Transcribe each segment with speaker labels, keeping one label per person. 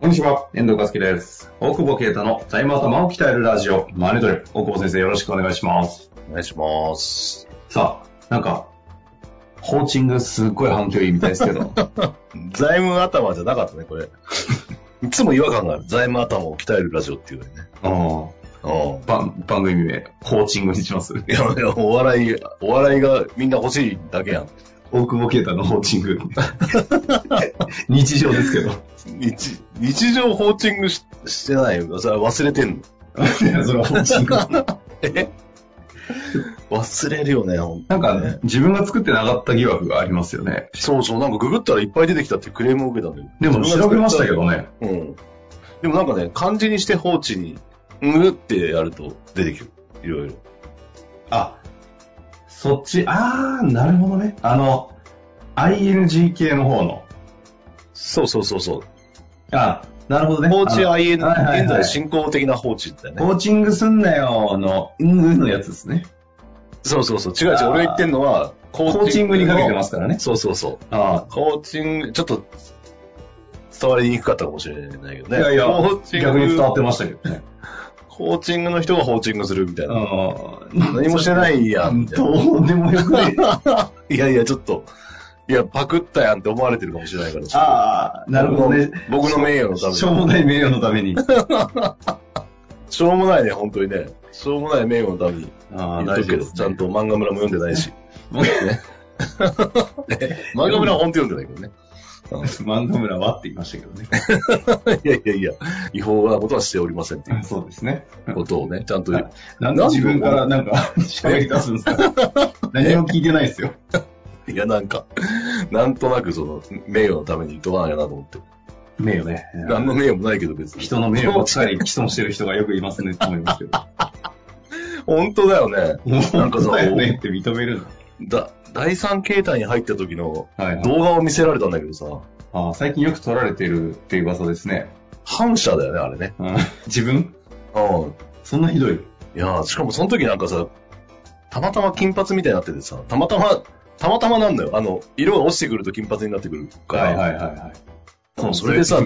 Speaker 1: こんにちは。
Speaker 2: 遠藤和樹です。
Speaker 1: 大久保啓太の財務頭を鍛えるラジオ、マネトレ。大久保先生、よろしくお願いします。
Speaker 2: お願いします。
Speaker 1: さあ、なんか、コーチングすっごい反響いいみたいですけ ど。
Speaker 2: 財務頭じゃなかったね、これ。 いつも違和感がある。財務頭を鍛えるラジオっていうよりね。
Speaker 1: うん
Speaker 2: う
Speaker 1: 番番組名、コーチングにします。
Speaker 2: ん。いやいや、お笑い、お笑いがみんな欲しいだけやん。
Speaker 1: 大久保啓太のコーチン グ。日常ですけど。
Speaker 2: 日、日常ホーチングししてないよ。それは忘れてんの。
Speaker 1: いやそれはコーチング。
Speaker 2: え忘れるよね、ほん
Speaker 1: なんか、
Speaker 2: ね
Speaker 1: 自分が作ってなかった疑惑がありますよね。
Speaker 2: そうそう、なんかググったらいっぱい出てきたってクレームを受けたんだよ。
Speaker 1: でも調べましたけどね。
Speaker 2: うん。でもなんかね、漢字にして放置に、うってやると出てきる。いろいろ。
Speaker 1: あ、そっち、あー、なるほどね。あの、ING 系の方の。
Speaker 2: そうそうそうそう。
Speaker 1: あ、なるほどね。
Speaker 2: 放置
Speaker 1: あの
Speaker 2: IN、
Speaker 1: はいはいはい
Speaker 2: 現在進行形的な放置だよね。
Speaker 1: コーチングすんなよの、うんうんのやつですね。
Speaker 2: そうそうそう。違う違
Speaker 1: あー
Speaker 2: う。俺が言ってんのは、コ
Speaker 1: コーチングにかけてますからね。
Speaker 2: そうそうそう。
Speaker 1: あ
Speaker 2: コーチング、ちょっと、伝わりにくかったかもしれないけど
Speaker 1: あ。
Speaker 2: ね。
Speaker 1: いやいや
Speaker 2: コー、チング
Speaker 1: 逆に伝わってましたけどね。
Speaker 2: コーチングの人がホーチングするみたいな。
Speaker 1: うん
Speaker 2: 何もしてないやん。みたいな
Speaker 1: どうでもよくない。
Speaker 2: いやいや、ちょっと、いや、パクったやんって思われてるかもしれないから。
Speaker 1: ああ、なるほどね。
Speaker 2: 僕の名誉のために
Speaker 1: しょうもない名誉のために。
Speaker 2: しょうもないね、本当にね。しょうもない名誉のために
Speaker 1: あ
Speaker 2: 言っとくけど、ちゃん。と漫画村も読んでないし。
Speaker 1: 僕
Speaker 2: 漫画村は本当読んでないけどね。
Speaker 1: 漫画村はって言いましたけどね。
Speaker 2: いやいやいや、違法なことはしておりませんってい
Speaker 1: そうですね。
Speaker 2: うことをね、ちゃんと。
Speaker 1: はいなんで自分からなんか喋り出すん ですか何も聞いてないですよ。
Speaker 2: いや、なんか、なんとなくその、名誉のために言っとかなきゃなと思って。
Speaker 1: 名誉ね。
Speaker 2: 何の名誉もないけど別に。
Speaker 1: 人の名誉ばっかり毀損してる人がよくいますねって思いますけど。
Speaker 2: 本当だよね。
Speaker 1: なん
Speaker 2: ん
Speaker 1: か
Speaker 2: か
Speaker 1: そう
Speaker 2: さ
Speaker 1: だよねって認めるの。
Speaker 2: だ、第三形態に入った時の
Speaker 1: はいはい
Speaker 2: 動画を見せられたんだけどさ、
Speaker 1: ああ最近よく撮られてるっていう噂ですね。
Speaker 2: 反射だよね、あれね。
Speaker 1: うん 自分
Speaker 2: うん。
Speaker 1: そんなひどい。
Speaker 2: いやーしかもその時なんかさ、たまたま金髪みたいになっててさ、たまたま、たまたまなんだよ。あの、色が落ちてくると金髪になってくるから。
Speaker 1: はいはいはいはい。
Speaker 2: そうそれでさ、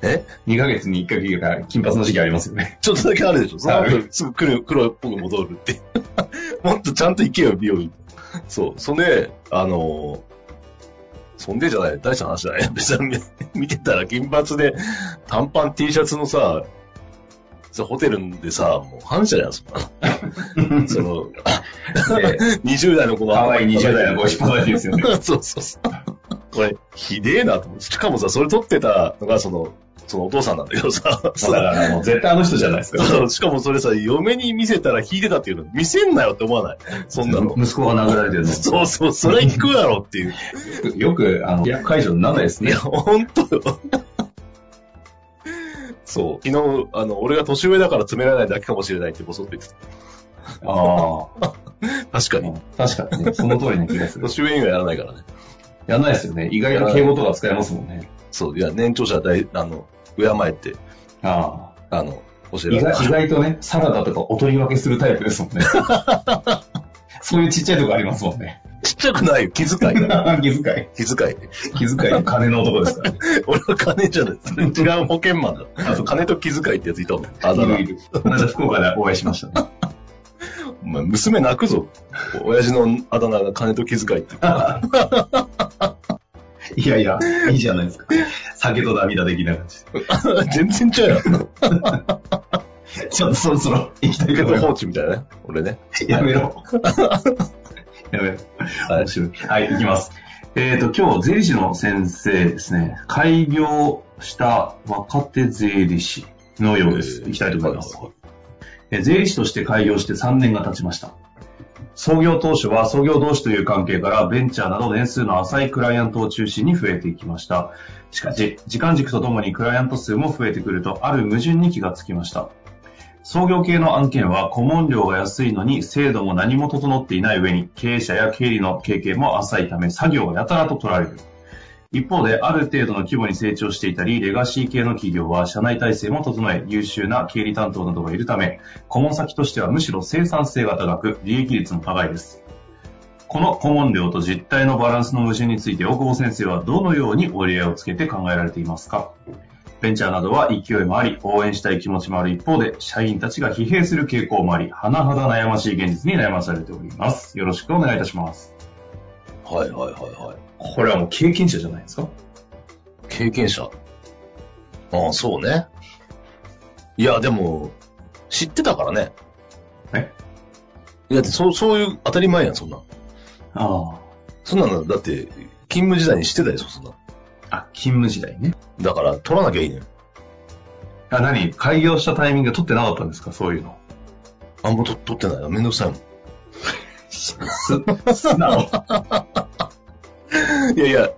Speaker 2: え
Speaker 1: 2ヶ月に1回が金髪の時期ありますよ ね。
Speaker 2: ちょっとだけあるでしょ。その
Speaker 1: あ
Speaker 2: 後
Speaker 1: る、
Speaker 2: すぐ黒黒っぽく戻るって。 もっとちゃんと行けよ、美容院。そう。そんで、あのーそんでじゃない、大した話じゃない。別に見て たら金髪で短パン T シャツのさ、さホテルでさ、もう反射じゃん、そんな のその、20代 の子の
Speaker 1: 可愛い20代の 子引っ張られてるんですよ ね。
Speaker 2: そうそうそう。これ、ひでえなと思って。しかもさ、それ撮ってたのが、その、そのお父さんなんだけどさ、
Speaker 1: だからもう絶対あの人じゃないですか。
Speaker 2: そう しかもそれさ、嫁に見せたら弾いてたっていうの、見せんなよって思わない。そん なの。
Speaker 1: 息子が殴られてる
Speaker 2: そうそう、それ聞くだろうっていう。
Speaker 1: の。よく、あの、逆解除にならないです
Speaker 2: い
Speaker 1: ね
Speaker 2: や、。ほんとよ。そう。昨日、あの、俺が年上だから詰められないだけかもしれないってボソッと言って
Speaker 1: ああ。
Speaker 2: た。確かに。
Speaker 1: 確かにね、その通りな気がす る。
Speaker 2: 年上にはやらないからね。
Speaker 1: やんないですよね。意外と敬語とか使えますもんね。
Speaker 2: そう、いや、年長者は大、あの、敬えって、
Speaker 1: ああ。
Speaker 2: あの、教え
Speaker 1: 意
Speaker 2: られ
Speaker 1: 外
Speaker 2: た。
Speaker 1: 意外とね、サラダとかお取り分けするタイプですも んね。そういうちっちゃいとこありますもんね。
Speaker 2: ちっちゃくないよ、気遣いだよ。
Speaker 1: 気遣い。
Speaker 2: 気遣い。
Speaker 1: 気遣いの 金の男ですからね。
Speaker 2: 俺は金じゃない。違う保険マンだ。あと、金と気遣いってやついたもん。あだ名
Speaker 1: いるいるこの間福岡でお会いしましたね。
Speaker 2: お前、娘泣くぞ。親父のあだ名が金と気遣いって。
Speaker 1: いやいや、いいじゃないですか。酒と涙的な感じで。
Speaker 2: 全然ちゃうやん。
Speaker 1: ちょっとそろそろ行きたいけ
Speaker 2: け
Speaker 1: ど
Speaker 2: ど、、放置みたいなね。俺ね。
Speaker 1: やめろ。やめろ。
Speaker 2: はい
Speaker 1: 面白い。はい、行きます。えっ、と、今日、税理士の先生ですね、開業した若手税理士のようです。行きたいと思います。えー税理士として開業して3年が経ちました。創業当初は創業同士という関係からベンチャーなど年数の浅いクライアントを中心に増えていきました。しかし、時間軸とともにクライアント数も増えてくると、ある矛盾に気がつきました。創業系の案件は顧問料が安いのに制度も何も整っていない上に経営者や経理の経験も浅いため作業がやたらと取られる。一方で、ある程度の規模に成長していたり、レガシー系の企業は社内体制も整え、優秀な経理担当などがいるため、顧問先としてはむしろ生産性が高く、利益率も高いです。この顧問料と実態のバランスの矛盾について、大久保先生はどのように折り合いをつけて考えられていますかベンチャーなどは勢いもあり、応援したい気持ちもある一方で、社員たちが疲弊する傾向もあり、甚だ悩ましい現実に悩まされております。よろしくお願いいたします。
Speaker 2: はいはいはいはい。
Speaker 1: これはもう経験者じゃないですか
Speaker 2: 経験者。ああ、そうね。いや、でも、知ってたからね。
Speaker 1: え
Speaker 2: いや、だってそう、そういう当たり前やん、そんなん。
Speaker 1: あ
Speaker 2: そんなの、だって、勤務時代に知ってたでしょ、そんなん。
Speaker 1: あ。あ、勤務時代ね。
Speaker 2: だから、取らなきゃいいねん。
Speaker 1: あ、何開業したタイミングで取ってなかったんですかそういうの。
Speaker 2: あんま取取ってないな。めんどくさいもん。
Speaker 1: す、素直。
Speaker 2: いやいや、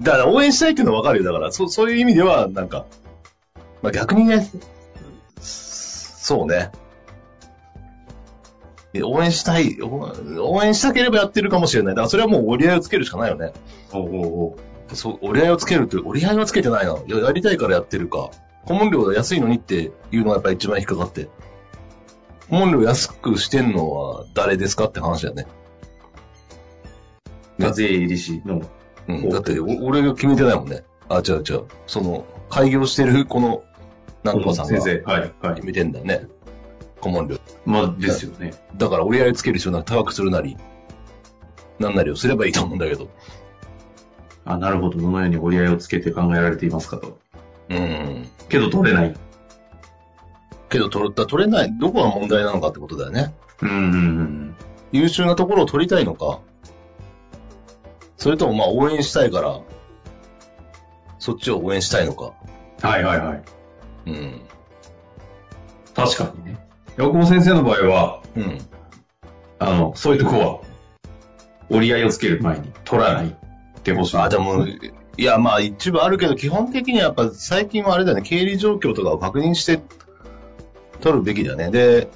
Speaker 2: だから応援したいっていうのはわかるよ。だから、そそういう意味では、なんか、まあ逆にね、そうね。いや応援したい、お応援したければやってるかもしれない。だからそれはもう折り合いをつけるしかないよね。
Speaker 1: おうおうおう
Speaker 2: そう、折り合いをつけるって、折り合いはつけてないな。いややりたいからやってるか。顧問料が安いのにっていうのがやっぱり一番引っかかって。顧問料安くしてんのは誰ですかって話だよね。
Speaker 1: まあ税理士の。
Speaker 2: うん、だってお、俺が決めてないもんね。あ、違う違う。その、開業してるこの、なんとかさんが
Speaker 1: 先
Speaker 2: 決
Speaker 1: 生。はい、はい。
Speaker 2: めてんだよね。顧問料。
Speaker 1: まあ、ですよね。
Speaker 2: だから折り合いつける人なら高くするなり、なんなりをすればいいと思うんだけど。
Speaker 1: あ、なるほど。どのように折り合いをつけて考えられていますかと。
Speaker 2: うん。
Speaker 1: けど取れない。
Speaker 2: けど取れ、だ取れない、どこが問題なのかってことだよね。
Speaker 1: うんうんうん。
Speaker 2: 優秀なところを取りたいのか、それともまあ応援したいから、そっちを応援したいのか。
Speaker 1: はいはいはい。
Speaker 2: うん。
Speaker 1: 確かにね。大久保先生の場合は、
Speaker 2: うん。
Speaker 1: あの、そういうとこは、折り合いをつける前に取らないってほしい。
Speaker 2: あ、でも、いや、まあ一部あるけど、基本的にはやっぱ最近はあれだよね、経理状況とかを確認して取るべきだよね。で、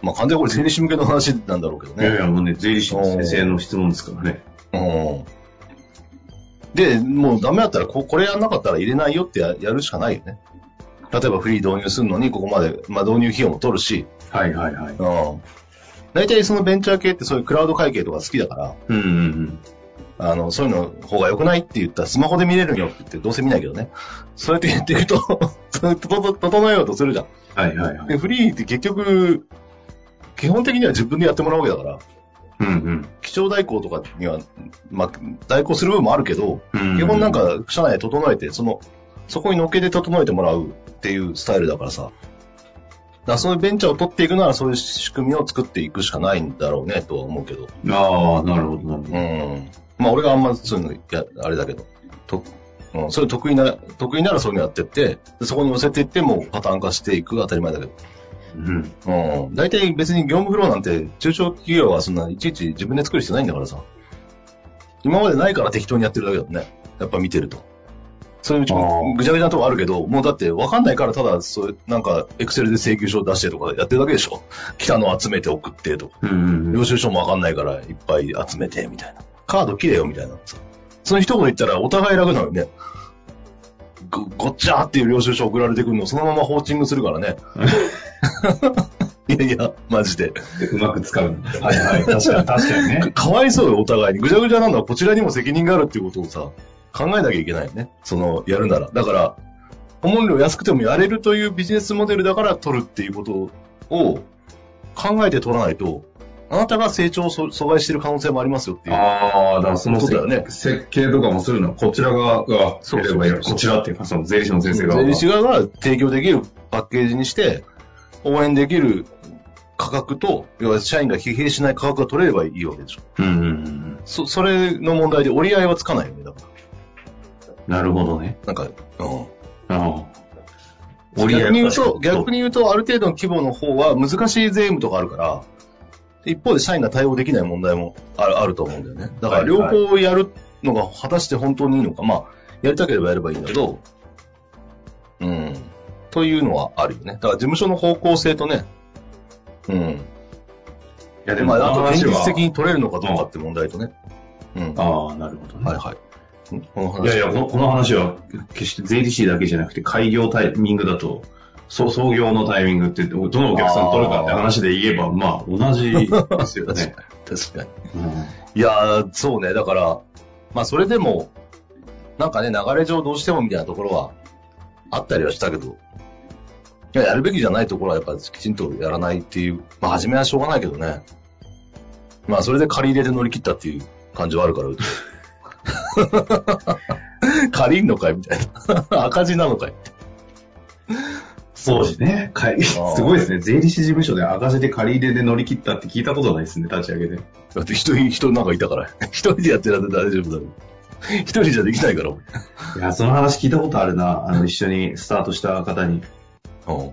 Speaker 2: まあ完全にこれ税理士向けの話なんだろうけど
Speaker 1: いやい
Speaker 2: ね。
Speaker 1: や、もうね、税理士の先生の質問ですからね。
Speaker 2: うん。で、もうダメだったらこ、これやんなかったら入れないよってややるしかないよね。例えばフリー導入するのに、ここまで、まあ導入費用も取るし、
Speaker 1: はいはいはい。
Speaker 2: うん。大体そのベンチャー系ってそういうクラウド会計とか好きだから、
Speaker 1: うんうんうん。
Speaker 2: あの、そういうの方が良くないって言ったらスマホで見れるよって言って、どうせ見ないけどね。そうやって言ってると、 そうやって整整えようとするじゃん。
Speaker 1: はいはいはい。
Speaker 2: で、フリーって結局、基本的には自分でやってもらうわけだから、
Speaker 1: うんうん。
Speaker 2: 基調代行とかには、まあ、代行する部分もあるけど、
Speaker 1: うん
Speaker 2: 基本なんか社内で整えて、その、そこに乗っけて整えてもらうっていうスタイルだからさ。だからそういうベンチャーを取っていくならそういう仕組みを作っていくしかないんだろうねとは思うけど。
Speaker 1: ああ、なるほどなるほど。
Speaker 2: うん。まあ、俺があんまそういうのや、あれだけど、と、うん、それ得意な、得意ならそういうのやってって、でそこに寄せていって、もうパターン化していくが当たり前だけど。
Speaker 1: うん。
Speaker 2: うん。大体別に業務フローなんて、中小企業はそんないちいち自分で作る必要ないんだからさ。今までないから適当にやってるだけだもんね。やっぱ見てると。そういううち
Speaker 1: あ
Speaker 2: も
Speaker 1: ー
Speaker 2: ぐちゃぐちゃなとこあるけど、もうだって分かんないからただ、そう、なんか、エクセルで請求書を出してとかやってるだけでしょ。 来たの集めて送ってとか。
Speaker 1: うんうんうん。
Speaker 2: 領収書もわかんないから、いっぱい集めて、みたいな。カード切れよ、みたいなさ。その一言言ったら、お互い楽なのにね。ご、ごっちゃーっていう領収書送られてくるのをそのままホーチングするからね。いやいや、マジで。
Speaker 1: うまく使う。はいはい。 確かに確かにね
Speaker 2: か。かわいそうよ、お互いに。ぐちゃぐちゃなんだこちらにも責任があるっていうことをさ、考えなきゃいけないよね。その、やるなら。だから、顧問料安くてもやれるというビジネスモデルだから取るっていうことを考えて取らないと、あなたが成長をそ阻害してる可能性もありますよってい う。
Speaker 1: ああ、だからその
Speaker 2: そうだよね
Speaker 1: 設計とかもするのは、こちら側が
Speaker 2: そうそうそう
Speaker 1: やればいいのこちらっていうか、その税理士の先生側が。
Speaker 2: 税理士側が提供できるパッケージにして、応援できる価格と、要は社員が疲弊しない価格が取れればいいわけでしょ。
Speaker 1: うんうんうん。
Speaker 2: そ、それの問題で折り合いはつかないよね、だか
Speaker 1: なるほどね。
Speaker 2: ら。なんか、うん。
Speaker 1: ああ。
Speaker 2: 逆に言うと、
Speaker 1: 逆
Speaker 2: 逆に言うと、ある程度の規模の方は難しい税務とかあるから、一方で社員が対応できない問題もあるあると思うんだよね。だから
Speaker 1: はい
Speaker 2: 両
Speaker 1: はい
Speaker 2: 方やるのが果たして本当にいいのか、まあ、やりたければやればいいんだけど、うん、というのはあるよね。だから事務所の方向性とね、うん、
Speaker 1: いや、で
Speaker 2: ま
Speaker 1: も、
Speaker 2: あ、あと現
Speaker 1: 話
Speaker 2: 実
Speaker 1: は。
Speaker 2: 的に取れるのかどうかって問題とね。うん。は
Speaker 1: ああ、なるほど
Speaker 2: い
Speaker 1: ね。
Speaker 2: はい。うんこの話
Speaker 1: いやいや、このこの話は決して税理士だけじゃなくて、開業タイミングだと、そう創業のタイミングって、どのお客さん取るかって話で言えば、まあ、同じですよ ね。
Speaker 2: 確かに。
Speaker 1: うん
Speaker 2: いやー、そうね。だから、まあ、それでも、なんかね、流れ上どうしてもみたいなところはあったりはしたけど、いや、やるべきじゃないところはやっぱきちんとやらないっていう、まあ、初めはしょうがないけどね。まあ、それで借り入れで乗り切ったっていう感じはあるから、うち借りんのかいみたいな。赤字なのかい
Speaker 1: そうですね。かいす
Speaker 2: あー
Speaker 1: ごいですね。税理士事務所で赤字で借り入れで乗り切ったって聞いたことないですね、立ち上げで。
Speaker 2: だって一人、人なんかいたから。一人でやってるなんて大丈夫だろう。一人じゃできないから、俺
Speaker 1: いや、その話聞いたことあるな。あの、一緒にスタートした方に。い
Speaker 2: うん。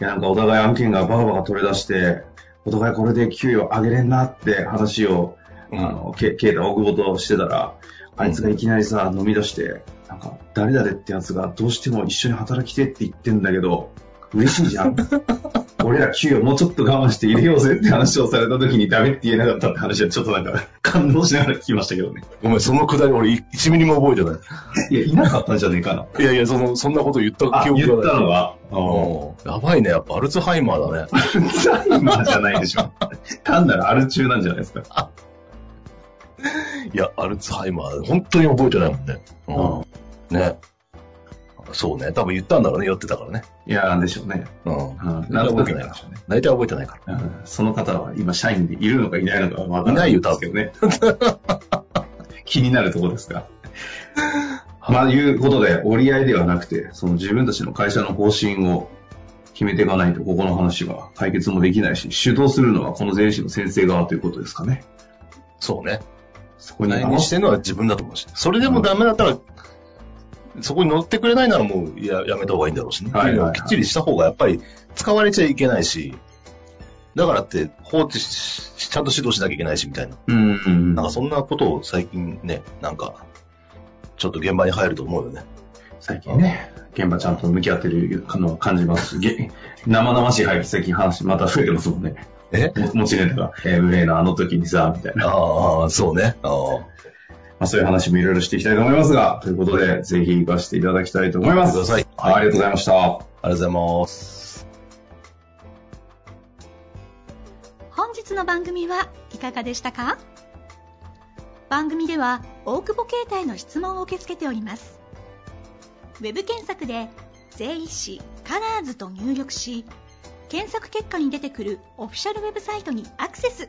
Speaker 1: や、なんかお互い案件がバカバカ取れ出して、お互いこれで給与上げれんなって話を、
Speaker 2: うん
Speaker 1: あの、けケイタ大久保としてたら、あいつがいきなりさ、飲み出して、なんか、誰々ってやつがどうしても一緒に働きてって言ってんだけど、嬉しいじ ゃん。俺ら給与もうちょっと我慢して入れようぜって話をされた時にダメって言えなかったって話はちょっとなんか感動しながら聞きましたけどね。
Speaker 2: ごめん、そのくだり俺1ミリも覚えてない
Speaker 1: や、いなかったんじゃねえかな。。
Speaker 2: いやいや、その、そんなこと言った
Speaker 1: あ、
Speaker 2: 記
Speaker 1: 言
Speaker 2: 憶
Speaker 1: っ
Speaker 2: が
Speaker 1: た
Speaker 2: ない。
Speaker 1: のは、
Speaker 2: うん。やばいね、やっぱアルツハイマーだね。
Speaker 1: アルツハイマーじゃないでしょ。単なるアル中なんじゃないですか。
Speaker 2: いや、アルツハイマー、本当に覚えてないもんね。
Speaker 1: うん
Speaker 2: うん。ね。そうね、多分言ったんだろうね、酔ってたからね。
Speaker 1: いや、なんでしょうね。
Speaker 2: うん。
Speaker 1: うん、
Speaker 2: な
Speaker 1: なんん
Speaker 2: と
Speaker 1: と
Speaker 2: な
Speaker 1: な
Speaker 2: く
Speaker 1: く
Speaker 2: な
Speaker 1: なんん
Speaker 2: で
Speaker 1: で
Speaker 2: し
Speaker 1: し
Speaker 2: ょ
Speaker 1: ょ
Speaker 2: う
Speaker 1: う
Speaker 2: ね
Speaker 1: ね。
Speaker 2: 大体覚えてないから。
Speaker 1: うんその方は今、社員でいるのかいないのかはまだ
Speaker 2: いないよ
Speaker 1: ですけど ね。気になるところですが。まあ、いうことで、折り合いではなくて、その自分たちの会社の方針を決めていかないと、ここの話は解決もできないし、主導するのはこの税理士の先生側ということですかね。
Speaker 2: そうね。
Speaker 1: そこに
Speaker 2: 内にしてるのは自分だと思うし。それでもダメだったら、そこに乗ってくれないならもうややめた方がいいんだろうしね。
Speaker 1: はいはいはい
Speaker 2: きっちりした方がやっぱり使われちゃいけないし、だからって放置し、ちゃんと指導しなきゃいけないしみたいな。
Speaker 1: うんうんうん
Speaker 2: なんかそんなことを最近ね、なんか、ちょっと現場に入ると思 うよね。
Speaker 1: 最近ね、現場ちゃんと向き合ってるのを感じますし、げ生々しい配最近話また増えてますもんね。
Speaker 2: え
Speaker 1: も持ちネタが、えー、無礼なあの時にさ、みたいな。
Speaker 2: ああ、そうね。ああ。
Speaker 1: まあ、そういう話もいろいろしていきたいと思いますが、ということで、ぜひ活かしていただきたいと思います。
Speaker 2: ください
Speaker 1: はいありがとうございました。
Speaker 2: ありがとうございます。
Speaker 3: 本日の番組はいかがでしたか番組では大久保携帯の質問を受け付けておりますウェブ検索で「税理士カラーズと入力し検索結果に出てくるオフィシャルウェブサイトにアクセス